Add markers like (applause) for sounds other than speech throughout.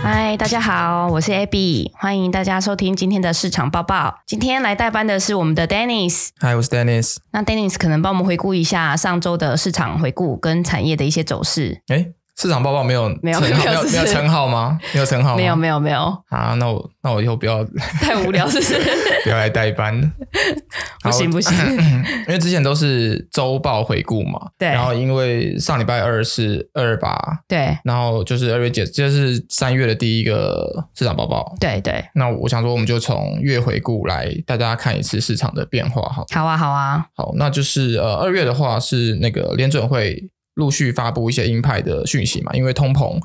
嗨，大家好，我是 Abby，欢迎大家收听今天的市场报报。今天来代班的是我们的 Dennis，嗨，我是 Dennis。那 Dennis 可能帮我们回顾一下上周的市场回顾跟产业的一些走势。哎，市场报报没有没有称没号有没有是没有称号吗？没有称号吗？没有，没有，没 (laughs) 有，啊，那我那我以后不要 (laughs) 不太无聊是不是？要来代班， (laughs) 不行好 (laughs) 不行，因为之前都是周报回顾嘛。对然后因为上礼拜二是二八，对然后就是二月结，这、是三月的第一个市场报报。对对，那我想说，我们就从月回顾来，大家看一次市场的变化好了。好啊好啊，好，那就是呃，二月的话是那个联准会陆续发布一些鹰派的讯息嘛，因为通膨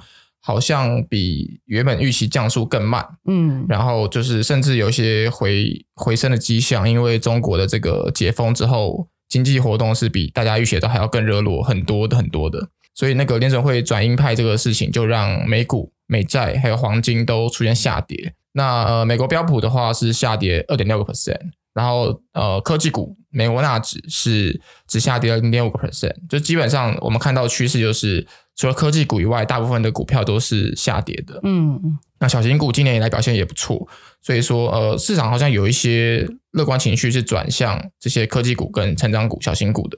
好像比原本预期降速更慢，嗯，然后就是甚至有一些回回升的迹象，因为中国的这个解封之后，经济活动是比大家预期的还要更热络很多的很多的，所以那个联准会转鹰派这个事情，就让美股、美债还有黄金都出现下跌。那呃，美国标普的话是下跌二点六个 percent，然后呃，科技股美国纳指是只下跌了零点五个 percent，就基本上我们看到的趋势就是，除了科技股以外，大部分的股票都是下跌的。嗯，那小型股今年以来表现也不错，所以说呃，市场好像有一些乐观情绪是转向这些科技股跟成长股、小型股的。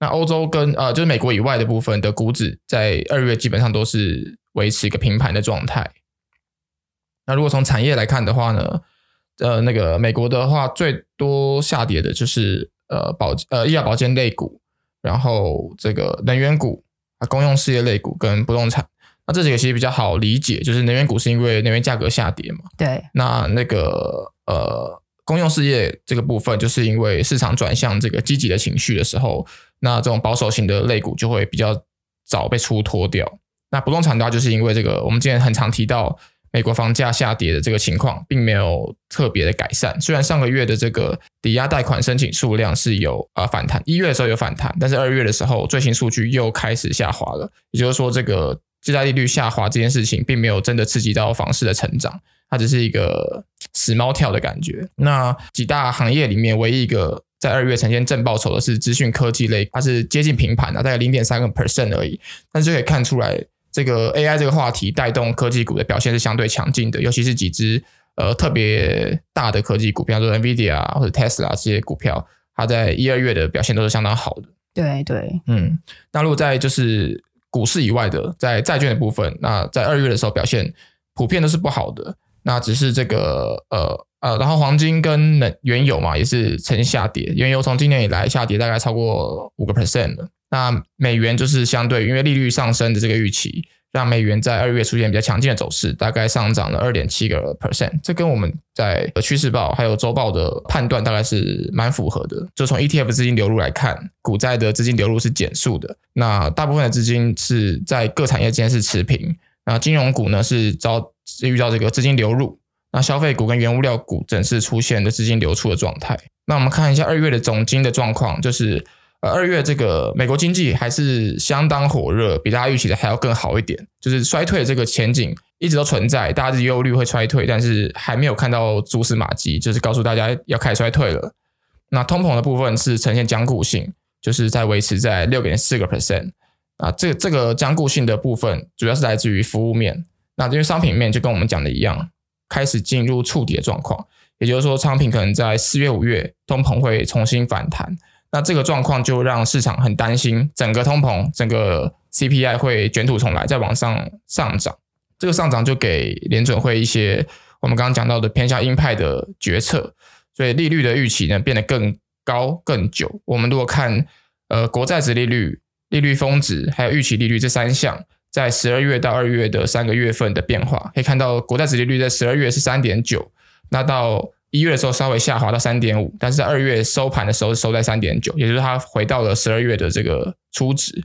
那欧洲跟呃就是美国以外的部分的股指，在二月基本上都是维持一个平盘的状态。那如果从产业来看的话呢，呃，那个美国的话最多下跌的就是呃保呃医疗保健类股，然后这个能源股啊、公用事业类股跟不动产。那这几个其实比较好理解，就是能源股是因为能源价格下跌嘛。对，那那个呃，公用事业这个部分，就是因为市场转向这个积极的情绪的时候，那这种保守型的类股就会比较早被出脱掉。那不动产的话，就是因为这个我们之前很常提到美国房价下跌的这个情况，并没有特别的改善。虽然上个月的这个抵押贷款申请数量是有啊、呃反弹，一月的时候有反弹，但是二月的时候最新数据又开始下滑了。也就是说，这个借贷利率下滑这件事情，并没有真的刺激到房市的成长。它只是一个死猫跳的感觉。那几大行业里面，唯一一个在二月呈现正报酬的是资讯科技类，它是接近平盘啊的，大概零点三个 percent 而已。但是就可以看出来，这个 AI 这个话题带动科技股的表现是相对强劲的，尤其是几只呃特别大的科技股，比方说 NVIDIA 啊或者 Tesla 这些股票，它在一二月的表现都是相当好的。对对，嗯，那如果在就是股市以外的，在债券的部分，那在二月的时候表现普遍都是不好的。那只是这个呃呃，然后黄金跟能原油嘛，也是呈下跌，原油从今年以来下跌大概超过五个 percent 了。那美元就是相对因为利率上升的这个预期，让美元在二月出现比较强劲的走势，大概上涨了二点七个 percent，这跟我们在呃趋势报还有周报的判断大概是蛮符合的。就从 ETF 资金流入来看，股债的资金流入是减速的，那大部分的资金是在各产业间是持平，那金融股呢是遭是遇到这个资金流入，那消费股跟原物料股整是出现的资金流出的状态。那我们看一下二月的总金的状况，就是呃二月这个美国经济还是相当火热，比大家预期的还要更好一点，就是衰退的这个前景一直都存在，大家是忧虑会衰退，但是还没有看到蛛丝马迹，就是告诉大家要开始衰退了。那通膨的部分是呈现僵固性，就是在维持在六点四个 percent 啊，这这个僵固性的部分主要是来自于服务面，那因为商品面就跟我们讲的一样，开始进入触底的状况，也就是说，商品可能在四月、五月通膨会重新反弹。那这个状况就让市场很担心，整个通膨、整个 CPI 会卷土重来，再往上上涨。这个上涨就给联准会一些我们刚刚讲到的偏向鹰派的决策，所以利率的预期呢变得更高、更久。我们如果看呃国债值利率、利率峰值还有预期利率这三项，在十二月到二月的三个月份的变化，可以看到国债殖利率在十二月是三点九，那到一月的时候稍微下滑到三点五，但是在二月收盘的时候是收在三点九，也就是它回到了十二月的这个初值。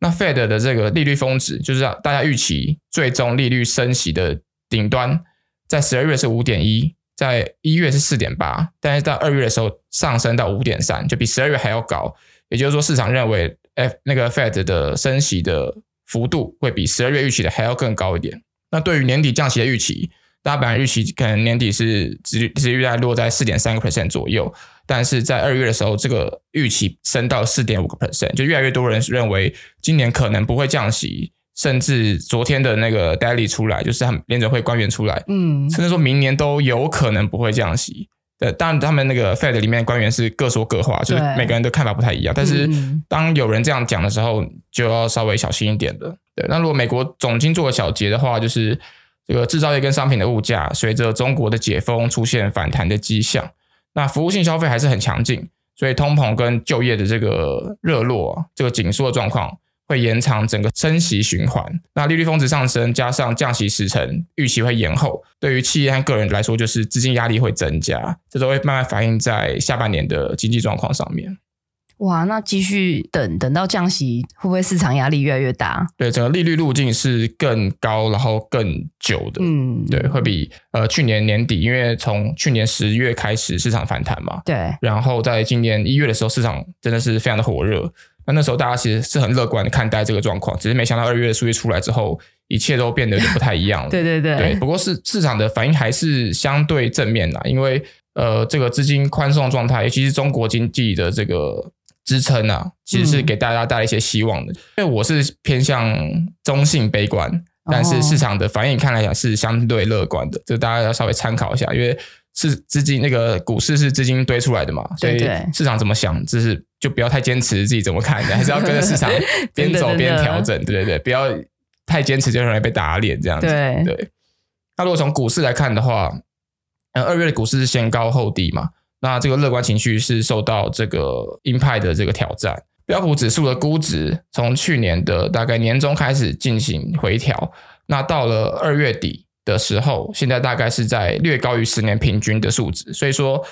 那 Fed 的这个利率峰值，就是大家预期最终利率升息的顶端，在十二月是五点一，在一月是四点八，但是到二月的时候上升到五点三，就比十二月还要高。也就是说，市场认为 F 那个 Fed 的升息的幅度会比十二月预期的还要更高一点。那对于年底降息的预期，大家本来预期可能年底是殖殖利率在落在四点三个 percent 左右，但是在二月的时候，这个预期升到四点五个 percent，就越来越多人认为今年可能不会降息，甚至昨天的那个 daily 出来，就是他们联准会官员出来，嗯，甚至说明年都有可能不会降息。对，当然他们那个 Fed 里面的官员是各说各话，就是对每个人的看法不太一样。但是嗯嗯当有人这样讲的时候，就要稍微小心一点的。对，那如果美国总经做个小结的话，就是这个制造业跟商品的物价随着中国的解封出现反弹的迹象，那服务性消费还是很强劲，所以通膨跟就业的这个热络啊、这个紧缩的状况会延长整个升息循环。那利率峰值上升，加上降息时程预期会延后，对于企业和个人来说，就是资金压力会增加，这都会慢慢反映在下半年的经济状况上面。哇，那继续等等到降息，会不会市场压力越来越大？对，整个利率路径是更高，然后更久的。嗯，对，会比呃去年年底，因为从去年十月开始市场反弹嘛，对，然后在今年一月的时候，市场真的是非常的火热。那那时候大家其实是很乐观的看待这个状况，只是没想到二月的数据出来之后，一切都变得有点不太一样了。对对对对，不过市市场的反应还是相对正面啦，因为呃，这个资金宽松的状态，尤其是中国经济的这个支撑啊，其实是嗯给大家带来一些希望的。因为我是偏向中性悲观，但哦是市场的反应看来讲是相对乐观的，这大家要稍微参考一下，因为是资金那个股市是资金堆出来的嘛，所对以对市场怎么想，就是就不要太坚持自己怎么看，还是要跟 (laughs) 着市场边真的走真边的调整，对对对，不要太坚持就容易被打脸这样子。对对。那如果从股市来看的话，呃，二月的股市是先高后低嘛，那这个乐观情绪是受到这个鹰派的这个挑战。标普指数的估值从去年的大概年中开始进行回调，那到了二月底的时候，现在大概是在略高于十年平均的数值，所以说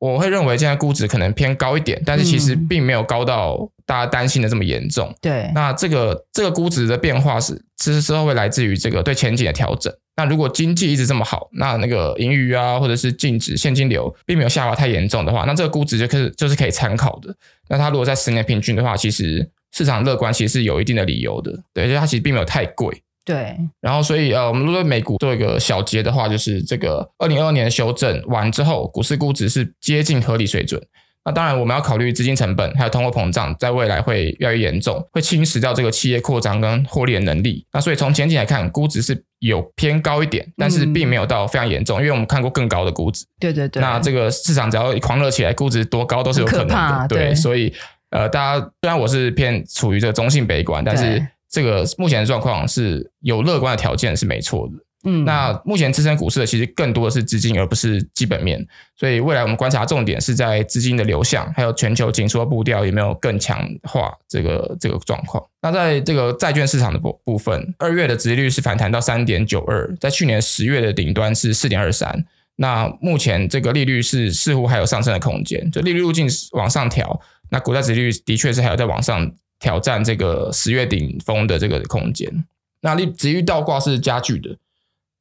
我会认为现在估值可能偏高一点，但是其实嗯并没有高到大家担心的这么严重。对，那这个这个估值的变化是，其实之后会来自于这个对前景的调整。那如果经济一直这么好，那那个盈余啊，或者是净值现金流并没有下滑太严重的话，那这个估值就可以就是可以参考的。那它如果在十年平均的话，其实市场乐观其实是有一定的理由的，对，就是它其实并没有太贵。对，然后，所以呃，我们如果对美股做一个小结的话，就是这个二零二二年的修正完之后，股市估值是接近合理水准。那当然，我们要考虑资金成本还有通货膨胀，在未来会越来越严重，会侵蚀掉这个企业扩张跟获利的能力。那所以从前景来看，估值是有偏高一点，但是并没有到非常严重，因为我们看过更高的估值。对对对，那这个市场只要狂热起来，估值多高都是有可能很可怕的。对，对所以呃，大家虽然我是偏处于这个中性悲观，但是对这个目前的状况是有乐观的条件是没错的。嗯，那目前支撑股市的其实更多的是资金，而不是基本面。所以未来我们观察重点是在资金的流向，还有全球紧缩步调有没有更强化这个这个状况。那在这个债券市场的部部分，二月的殖利率是反弹到三点九二，在去年十月的顶端是四点二三。那目前这个利率是似乎还有上升的空间，就利率路径往上调，那股债殖利率的确是还有在往上挑战这个十月顶峰的这个空间。那利殖利率倒挂是加剧的，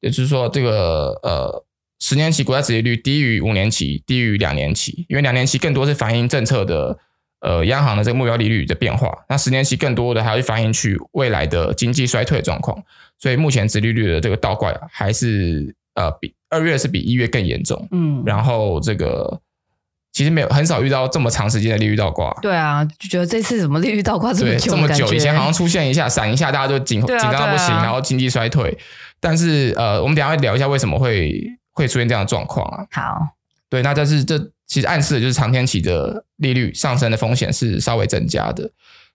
也就是说，这个呃，十年期国债殖利率低于五年期，低于两年期，因为两年期更多是反映政策的呃央行的这个目标利率的变化，那十年期更多的还会反映去未来的经济衰退的状况，所以目前殖利率的这个倒挂还是呃比二月是比一月更严重，嗯，然后这个其实没有很少遇到这么长时间的利率倒挂。对啊，就觉得这次怎么利率倒挂这么对，久这的么感觉？久以前好像出现一下，闪一下，大家就紧对紧啊张到不行，对啊然后经济衰退。但是呃，我们等一下会聊一下为什么会会出现这样的状况啊。好，对，那这是这其实暗示的就是长天期的利率上升的风险是稍微增加的。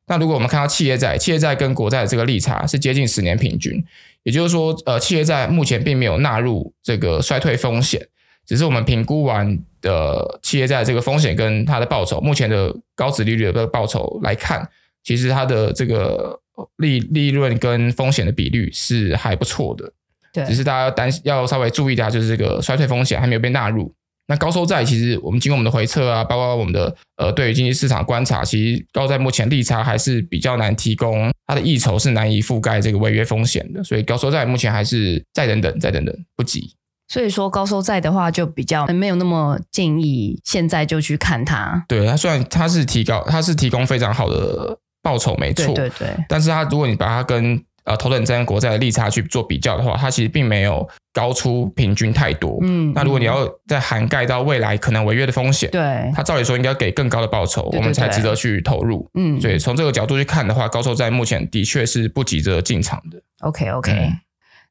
那如果我们看到企业债，企业债跟国债的这个利差是接近十年平均，也就是说，呃，企业债目前并没有纳入这个衰退风险，只是我们评估完的企业债这个风险跟它的报酬，目前的高值利率的报酬来看，其实它的这个利利润跟风险的比率是还不错的。对只是大家要担要稍微注意一下，就是这个衰退风险还没有被纳入。那高收债其实我们经过我们的回测啊，包括我们的呃对于经济市场观察，其实高债目前利差还是比较难提供，它的溢酬是难以覆盖这个违约风险的，所以高收债目前还是再等等再等等不急。所以说高收债的话，就比较没有那么建议现在就去看它。对它虽然它是提高，它是提供非常好的报酬，没对错，对对，但是它如果你把它跟呃头等债国债的利差去做比较的话，它其实并没有高出平均太多。嗯那如果嗯你要再涵盖到未来可能违约的风险，对，它照理说应该给更高的报酬，对我们才对值得去投入。嗯，所以从这个角度去看的话，高收债目前的确是不急着进场的。 OK OK，、嗯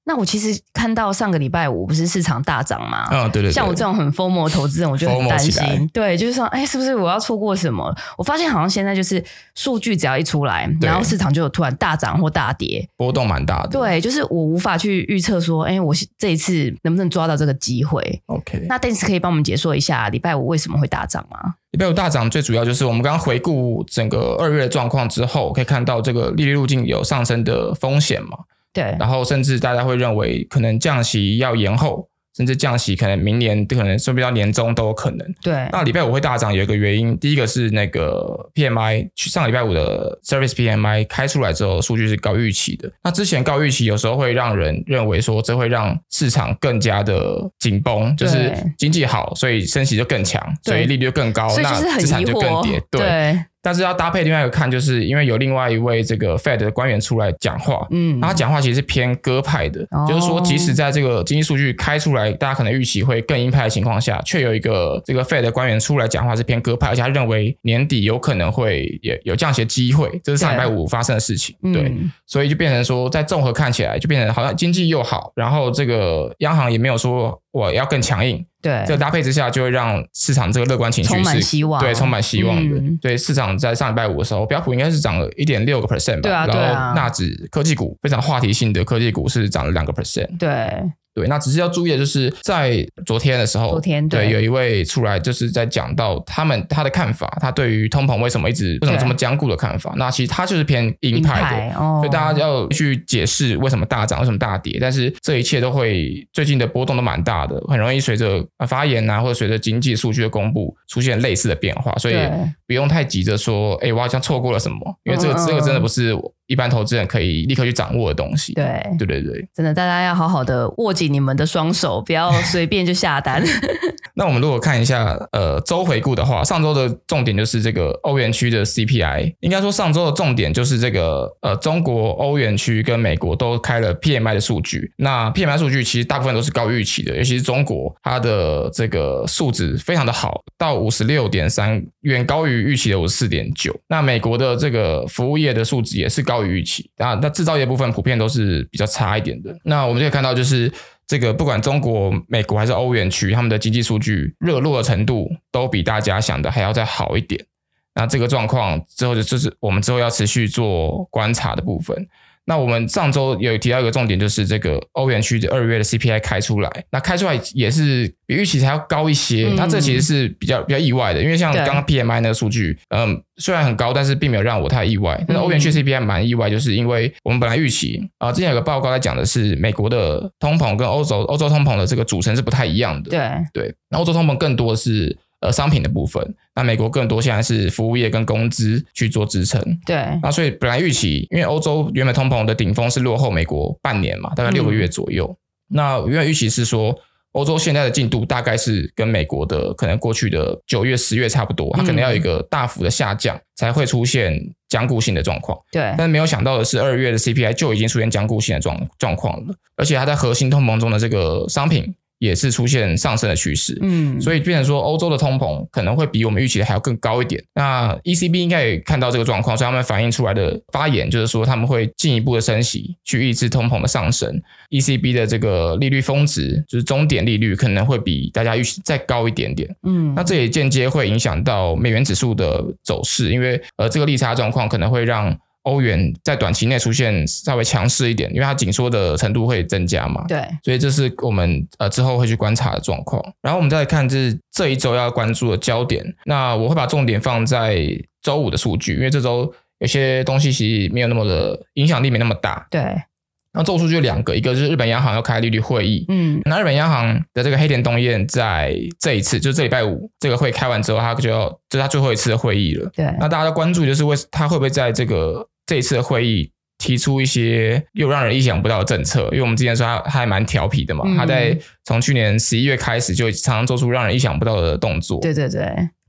那我其实看到上个礼拜五不是市场大涨吗？嗯，对对对，像我这种很 FOMO 投资人，我就很 FOMO 担起来心。对，就是说，哎，是不是我要错过什么？我发现好像现在就是数据只要一出来，对然后市场就有突然大涨或大跌。波动蛮大的。对，就是我无法去预测说，哎，我这一次能不能抓到这个机会？ ，OK。那 Dennis 可以帮我们解说一下礼拜五为什么会大涨吗？礼拜五大涨最主要就是我们刚刚回顾整个二月的状况之后，可以看到这个利率路径有上升的风险嘛，对，然后甚至大家会认为可能降息要延后，甚至降息可能明年可能甚至到年中都有可能。对，那礼拜五会大涨有一个原因，第一个是那个 PMI 上礼拜五的 Service PMI 开出来之后，数据是高预期的。那之前高预期有时候会让人认为说，这会让市场更加的紧绷，对就是经济好，所以升息就更强，对所以利率就更高，所以就那是很资产疑就更惑跌。。对，但是要搭配另外一个看，就是因为有另外一位这个 Fed 的官员出来讲话，嗯，他讲话其实是偏鸽派的，哦就是说，即使在这个经济数据开出来，大家可能预期会更鹰派的情况下，却有一个这个 Fed 的官员出来讲话是偏鸽派，而且他认为年底有可能会也有降息的机会，这是上礼拜五发生的事情。对，嗯所以就变成说，在综合看起来，就变成好像经济又好，然后这个央行也没有说我要更强硬，对，这个搭配之下，就会让市场这个乐观情绪是充满希望对，充满希望的。嗯对，市场在上礼拜五的时候，标普应该是涨了一点六个 percent 吧，对啊然对啊后纳指科技股非常话题性的科技股是涨了两个 percent。对，对，那只是要注意的就是，在昨天的时候，昨天对对有一位出来就是在讲到他们他的看法，他对于通膨为什么一直为什么这么僵固的看法。那其实他就是偏鹰派的，哦，所以大家要去解释为什么大涨，为什么大跌，但是这一切都会最近的波动都蛮大的，很容易随着呃发言啊，或者随着经济数据的公布出现类似的变化，所以对不用太急着说，哎、我好像错过了什么，因为这个嗯嗯嗯这个真的不是一般投资人可以立刻去掌握的东西。对。对对对。真的，大家要好好的握紧你们的双手，不要随便就下 (laughs) 单。那我们如果看一下呃周回顾的话，上周的重点就是这个欧元区的 CPI，应该说上周的重点就是这个呃中国、欧元区跟美国都开了 PMI 的数据。那 PMI 数据其实大部分都是高预期的，尤其是中国，它的这个数值非常的好，到五十六点三，远高于预期的五十四点九。那美国的这个服务业的数值也是高于预期，啊那那制造业部分普遍都是比较差一点的。那我们就可以看到就是。这个不管中国、美国还是欧元区，他们的经济数据热络的程度都比大家想的还要再好一点。那这个状况之后就就是我们之后要持续做观察的部分。那我们上周有提到一个重点，就是这个欧元区的二月的 CPI 开出来，那开出来也是比预期还要高一些。嗯那这其实是比较比较意外的，因为像对刚刚 PMI 那个数据，嗯，虽然很高，但是并没有让我太意外。但是欧元区嗯 CPI 蛮意外，就是因为我们本来预期啊、之前有个报告在讲的是美国的通膨跟欧洲欧洲通膨的这个组成是不太一样的。对对，那欧洲通膨更多是呃商品的部分，那美国更多现在是服务业跟工资去做支撑。对那所以本来预期，因为欧洲原本通膨的顶峰是落后美国半年嘛，大概六个月左右。那原本预期是说，欧洲现在的进度大概是跟美国的可能过去的九月、十月差不多，它可能要有一个大幅的下降，才会出现僵固性的状况。对但是没有想到的是，二月的 CPI 就已经出现僵固性的状状况了，而且它在核心通膨中的这个商品也是出现上升的趋势。嗯，所以变成说，欧洲的通膨可能会比我们预期的还要更高一点。那 ECB 应该也看到这个状况，所以他们反映出来的发言就是说，他们会进一步的升息，去抑制通膨的上升。ECB 的这个利率峰值，就是终点利率，可能会比大家预期再高一点点。嗯，那这也间接会影响到美元指数的走势，因为呃，这个利差状况可能会让。欧元在短期内出现稍微强势一点，因为它紧缩的程度会增加嘛。对所以这是我们呃之后会去观察的状况。然后我们再来看就是这一周要关注的焦点，那我会把重点放在周五的数据，因为这周。有些东西其实没有那么的影响力没那么大。对，那这种数据有两个，一个就是日本央行要开利率会议，嗯那日本央行的这个黑田东彦在这一次，就是这礼拜五这个会开完之后，他就要这是他最后一次的会议了。对，那大家都关注就是为他会不会在这个这一次的会议提出一些又让人意想不到的政策？因为我们之前说他他还蛮调皮的嘛，嗯他在从去年十一月开始就常常做出让人意想不到的动作。对对对，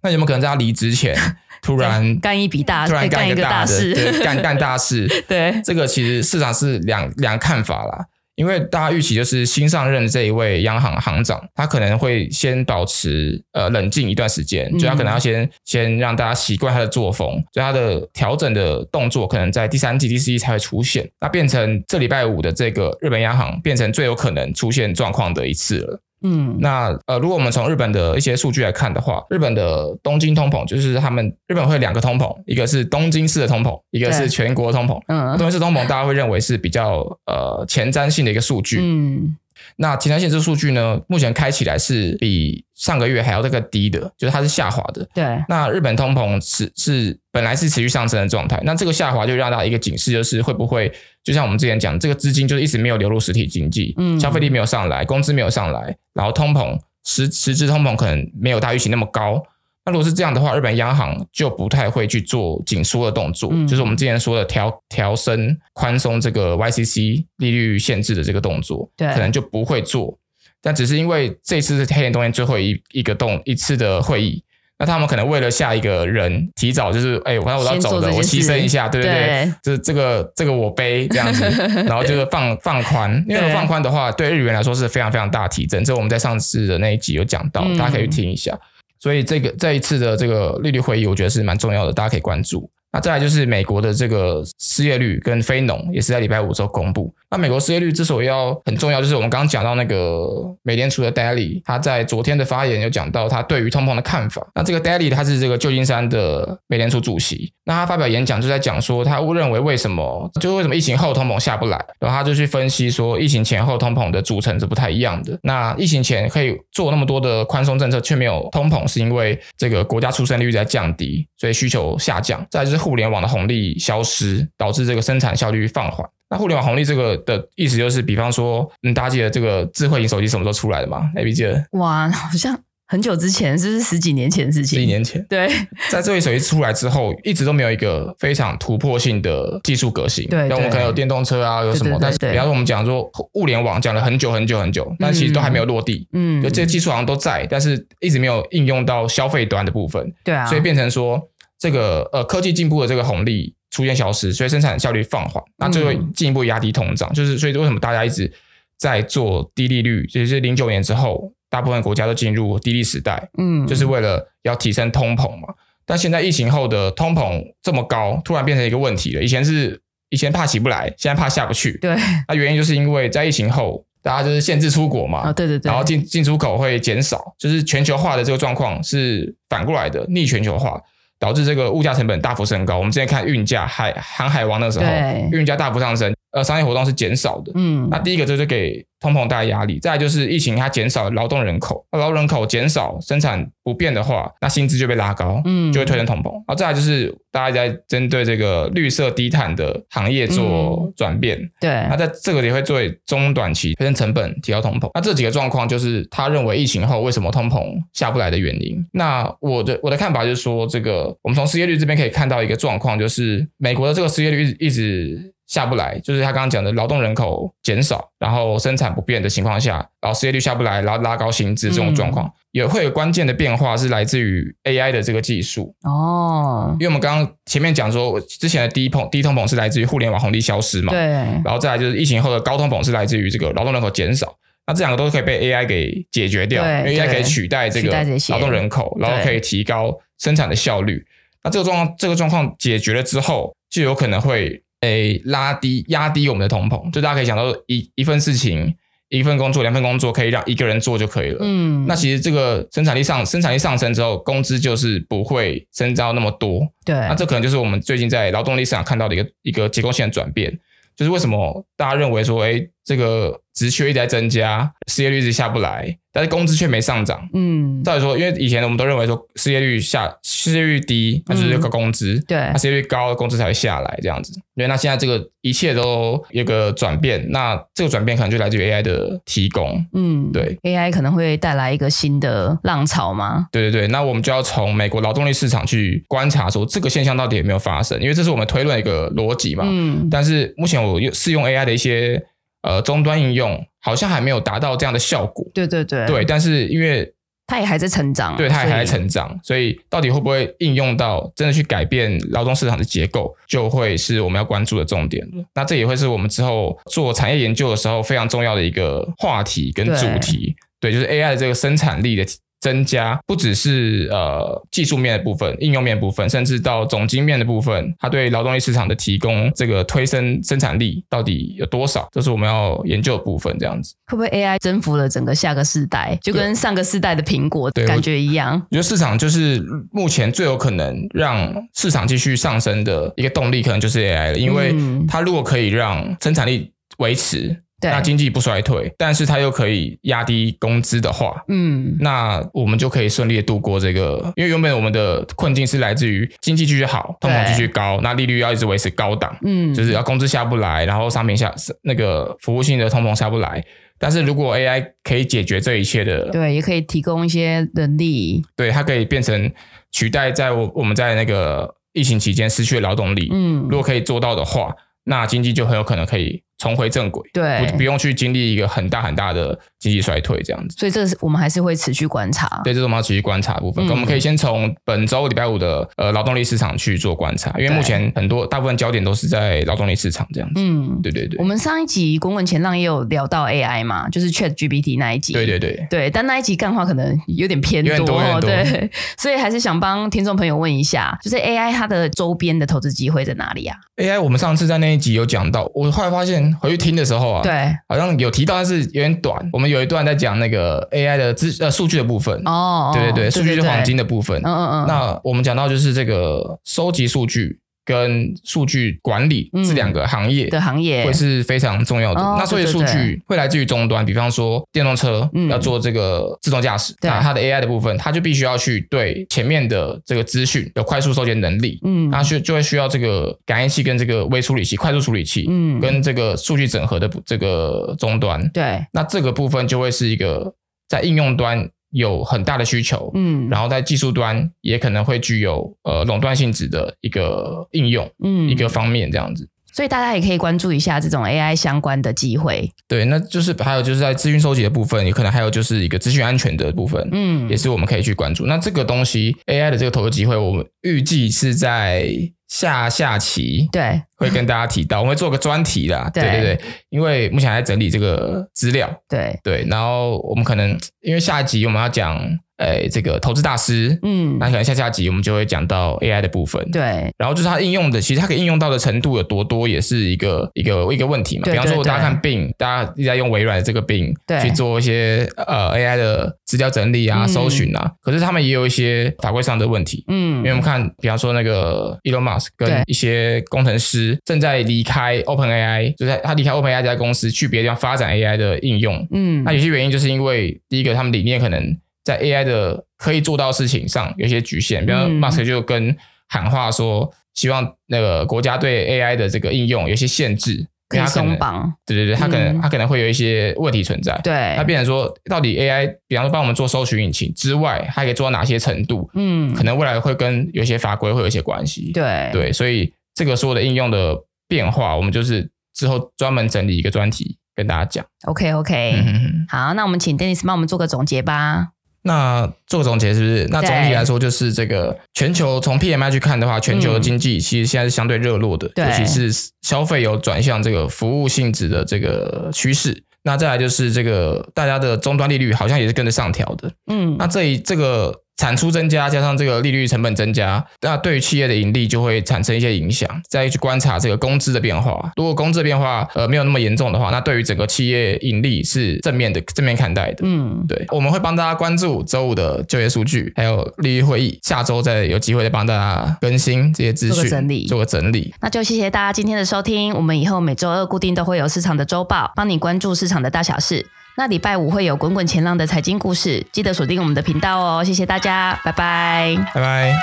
那有没有可能在他离职前突然干一笔大，突然对干干一一个个大大的，对，事，干 (laughs) 干大事？ (laughs) 对，这个其实市场是两两看法啦，因为大家预期就是新上任这一位央行行长，他可能会先保持呃冷静一段时间，嗯就他可能要先先让大家习惯他的作风，所以他的调整的动作可能在第三季、第四季才会出现，那变成这礼拜五的这个日本央行变成最有可能出现状况的一次了。嗯，那呃，如果我们从日本的一些数据来看的话，日本的东京通膨就是他们日本会有两个通膨，一个是东京市的通膨，一个对是全国通膨。嗯东京市通膨大家会认为是比较呃前瞻性的一个数据。嗯那前瞻性这数据呢，目前开起来是比上个月还要这个低的，就是它是下滑的。对，那日本通膨是是本来是持续上升的状态，那这个下滑就让大家一个警示，就是会不会就像我们之前讲，这个资金就是一直没有流入实体经济，嗯消费力没有上来，工资没有上来，然后通膨实实质通膨可能没有大家预期那么高。那如果是这样的话，日本央行就不太会去做紧缩的动作，嗯就是我们之前说的调调升、宽松这个 YCC 利率限制的这个动作，对可能就不会做。但只是因为这次是黑田东彦最后一一个动一次的会议，那他们可能为了下一个人提早就是，哎、我我要先做走了，这我件牺事牲一下，对不对？对这这个这个我背这样 (laughs) 子，然后就是放放宽，因为如对果放宽的话，对日元来说是非常非常大提振，这我们在上次的那一集有讲到，嗯大家可以去听一下。所以这个这一次的这个利率会议，我觉得是蛮重要的，大家可以关注。那再来就是美国的这个失业率跟非农也是在礼拜五之后公布。那美国失业率之所以要很重要，就是我们刚刚讲到那个美联储的 Daly，他在昨天的发言有讲到他对于通膨的看法。那这个 Daly 他是这个旧金山的美联储主席，那他发表演讲就在讲说他认为为什么就是为什么疫情后通膨下不来，然后他就去分析说疫情前后通膨的组成是不太一样的。那疫情前可以做那么多的宽松政策，却没有通膨，是因为这个国家出生率在降低，所以需求下降。再来就是互联网的红利消失，导致这个生产效率放缓。那互联网红利这个的意思就是，比方说，嗯，大家记得这个智慧型手机什么时候出来的吗？A B 记得哇，好像很久之前，是不是十几年前的事十情？一年前，对 (laughs) 在智慧手机出来之后，一直都没有一个非常突破性的技术革新。对那我对们可能有电动车啊，有什么对对对，但是对比方说我们讲说物联网讲了很久很久很久，但其实都还没有落地。嗯就这些技术好像都在，但是一直没有应用到消费端的部分，对啊，所以变成说这个呃科技进步的这个红利出现消失，所以生产效率放缓，那就嗯会进一步压低通胀。就是所以为什么大家一直在做低利率，就是零九年之后，大部分国家都进入低利时代，嗯，就是为了要提升通膨嘛。但现在疫情后的通膨这么高，突然变成一个问题了。以前是以前怕起不来，现在怕下不去。对那原因就是因为在疫情后，大家就是限制出国嘛，啊，对对对，然后进进出口会减少，就是全球化的这个状况是反过来的，逆全球化导致这个物价成本大幅升高。我们之前看运价海航海王那时候对，运价大幅上升，呃，商业活动是减少的。嗯那第一个就是给通膨带来压力，再来就是疫情它减少劳动人口，那劳动人口减少，生产不变的话，那薪资就被拉高，嗯就会推升通膨。然后再来就是大家在针对这个绿色低碳的行业做嗯转变，对那在这个也会作为中短期推升成本提高通膨。那这几个状况就是他认为疫情后为什么通膨下不来的原因。那我的我的看法就是说，这个我们从失业率这边可以看到一个状况，就是美国的这个失业率一直一直下不来，就是他刚刚讲的劳动人口减少，然后生产不变的情况下，然后失业率下不来，然后拉高薪资这种状况，也会有关键的变化是来自于 AI 的这个技术。哦因，为我们刚刚前面讲说，之前的低通低通膨是来自于互联网红利消失嘛，对然后再来就是疫情后的高通膨是来自于这个劳动人口减少，那这两个都可以被 AI 给解决掉，因对为 AI 对可以取代这取个代这些劳动人口，然后可以提高生产的效率。那这个状况，这个状况解决了之后，就有可能会诶拉低压低我们的通膨。就大家可以想到一一份事情、一份工作、两份工作可以让一个人做就可以了。嗯，那其实这个生产力上生产力上升之后，工资就是不会增加那么多，对那这可能就是我们最近在劳动力市场看到的一个一个结构性的转变，就是为什么大家认为说，哎，这个职缺一直在增加，失业率一直下不来，但是工资却没上涨。嗯，照理说，因为以前我们都认为说失业率下，失业率低，那就是个工资；对那，失业率高，工资才会下来这样子。对，那现在这个一切都有个转变，那这个转变可能就来自于 AI 的提供。嗯，对，AI 可能会带来一个新的浪潮吗？对对对，那我们就要从美国劳动力市场去观察，说这个现象到底有没有发生，因为这是我们推论的一个逻辑嘛。嗯，但是目前我用试用 AI 的一些呃终端应用，好像还没有达到这样的效果。对对对，对，但是因为它也还在成长，对它也所以还在成长，所以到底会不会应用到真的去改变劳动市场的结构，就会是我们要关注的重点嗯了。那这也会是我们之后做产业研究的时候非常重要的一个话题跟主题。对，就是 AI 的这个生产力的增加，不只是呃技术面的部分、应用面的部分，甚至到总经面的部分，它对劳动力市场的提供，这个推升生产力到底有多少，这是我们要研究的部分。这样子，会不会 AI 征服了整个下个世代，就跟上个世代的苹果对感觉一样？我觉得市场就是目前最有可能让市场继续上升的一个动力，可能就是 AI 了，因为嗯它如果可以让生产力维持，对那经济不衰退，但是它又可以压低工资的话。嗯，那我们就可以顺利的度过这个，因为原本我们的困境是来自于经济继续好，通膨继续高，那利率要一直维持高档，嗯，就是要工资下不来，然后商品下那个服务性的通膨下不来。但是如果 AI 可以解决这一切的对，也可以提供一些能力，对，它可以变成取代在我我们在那个疫情期间失去的劳动力。嗯如，果可以做到的话，那经济就很有可能可以重回正轨，对不不，用去经历一个很大很大的经济衰退这样子。所以这是我们还是会持续观察。对，这是我们要持续观察的部分。嗯我们可以先从本周礼拜五的呃劳动力市场去做观察，因为对目前很多大部分焦点都是在劳动力市场这样子。嗯，对对对我，们上一集《滚滚前浪》也有聊到 AI 嘛，就是 Chat GPT 那一集。对对对，对，但那一集干话可能有点偏有点多有点多对，所以还是想帮听众朋友问一下，就是 AI 它的周边的投资机会在哪里啊？ AI 我们上次在那一集有讲到，我后来发现回去听的时候啊，对，好像有提到，但是有点短。我们有一段在讲那个 AI 的资呃数据的部分，哦，对对对，数据是黄金的，的部分。嗯嗯嗯，那我们讲到就是这个收集数据跟数据管理嗯这两个行业。的行业会是非常重要的。哦那所以对对数对据会来自于终端，比方说电动车嗯要做这个自动驾驶，对那它的 AI 的部分，它就必须要去对前面的这个资讯有快速收集能力，嗯那需就会需要这个感应器跟这个微处理器、快速处理器，嗯跟这个数据整合的这个终端。对，那这个部分就会是一个在应用端有很大的需求，嗯，然后在技术端也可能会具有呃垄断性质的一个应用、嗯一个，方面这样子。所以大家也可以关注一下这种 AI 相关的机会。对，那就是还有就是在资讯收集的部分，也可能还有就是一个资讯安全的部分，嗯也，是我们可以去关注。那这个东西 AI 的这个投资机会，我们预计是在下下期对，会跟大家提到，我们会做个专题啦。对对对对，因为目前还在整理这个资料，对，对，然后我们可能因为下一集我们要讲，诶、这个投资大师，嗯那，可能下下集我们就会讲到 AI 的部分。对，然后就是它应用的，其实它可以应用到的程度有多多，也是一个一个一个问题嘛。对比方说，对对大家看病，大家一直在用微软的这个病对去做一些呃 AI 的资料整理啊、嗯搜寻啊，可是他们也有一些法规上的问题。因为我嗯，们看，比方说那个 Elon Musk 对跟一些工程师正在离开 OpenAI，就是他离开 OpenAI 这家公司去别的地方发展 AI 的应用。嗯那，有些原因就是因为第一个，他们理念可能在 AI 的可以做到的事情上有一些局限，比方嗯 Musk 就跟喊话说，希望那个国家对 AI 的这个应用有一些限制，因可为以他可能松，绑，对对对，他可能、嗯他可能会有一些问题存在。对那，变成说，到底 AI，比方说帮我们做搜寻引擎之外，它可以做到哪些程度？嗯可，能未来会跟有一些法规会有一些关系。对，对，所以这个所有的应用的变化，我们就是之后专门整理一个专题跟大家讲。 ，OK 嗯 OK，哼哼好，那我们请 Dennis 帮我们做个总结吧。那做总结是不是？那总体对嗯来说，就是这个全球从 PMI 去看的话，全球的经济其实现在是相对热络的，对尤其是消费有转向这个服务性质的这个趋势。那再来就是这个大家的终端利率好像也是跟着上调的。嗯那这一这个产出增加加上这个利率成本增加，那对于企业的盈利就会产生一些影响。再去观察这个工资的变化，如果工资的变化呃没有那么严重的话，那对于整个企业盈利是正面的正面看待的。嗯，对，我们会帮大家关注周五的就业数据，还有利率会议，下周再有机会再帮大家更新这些资做讯，个整理做个整理。那就谢谢大家今天的收听。我们以后每周二固定都会有市场的周报，帮你关注市场的大小事。那礼拜五会有滚滚前浪的财经故事，记得锁定我们的频道哦。谢谢大家，拜拜。拜拜。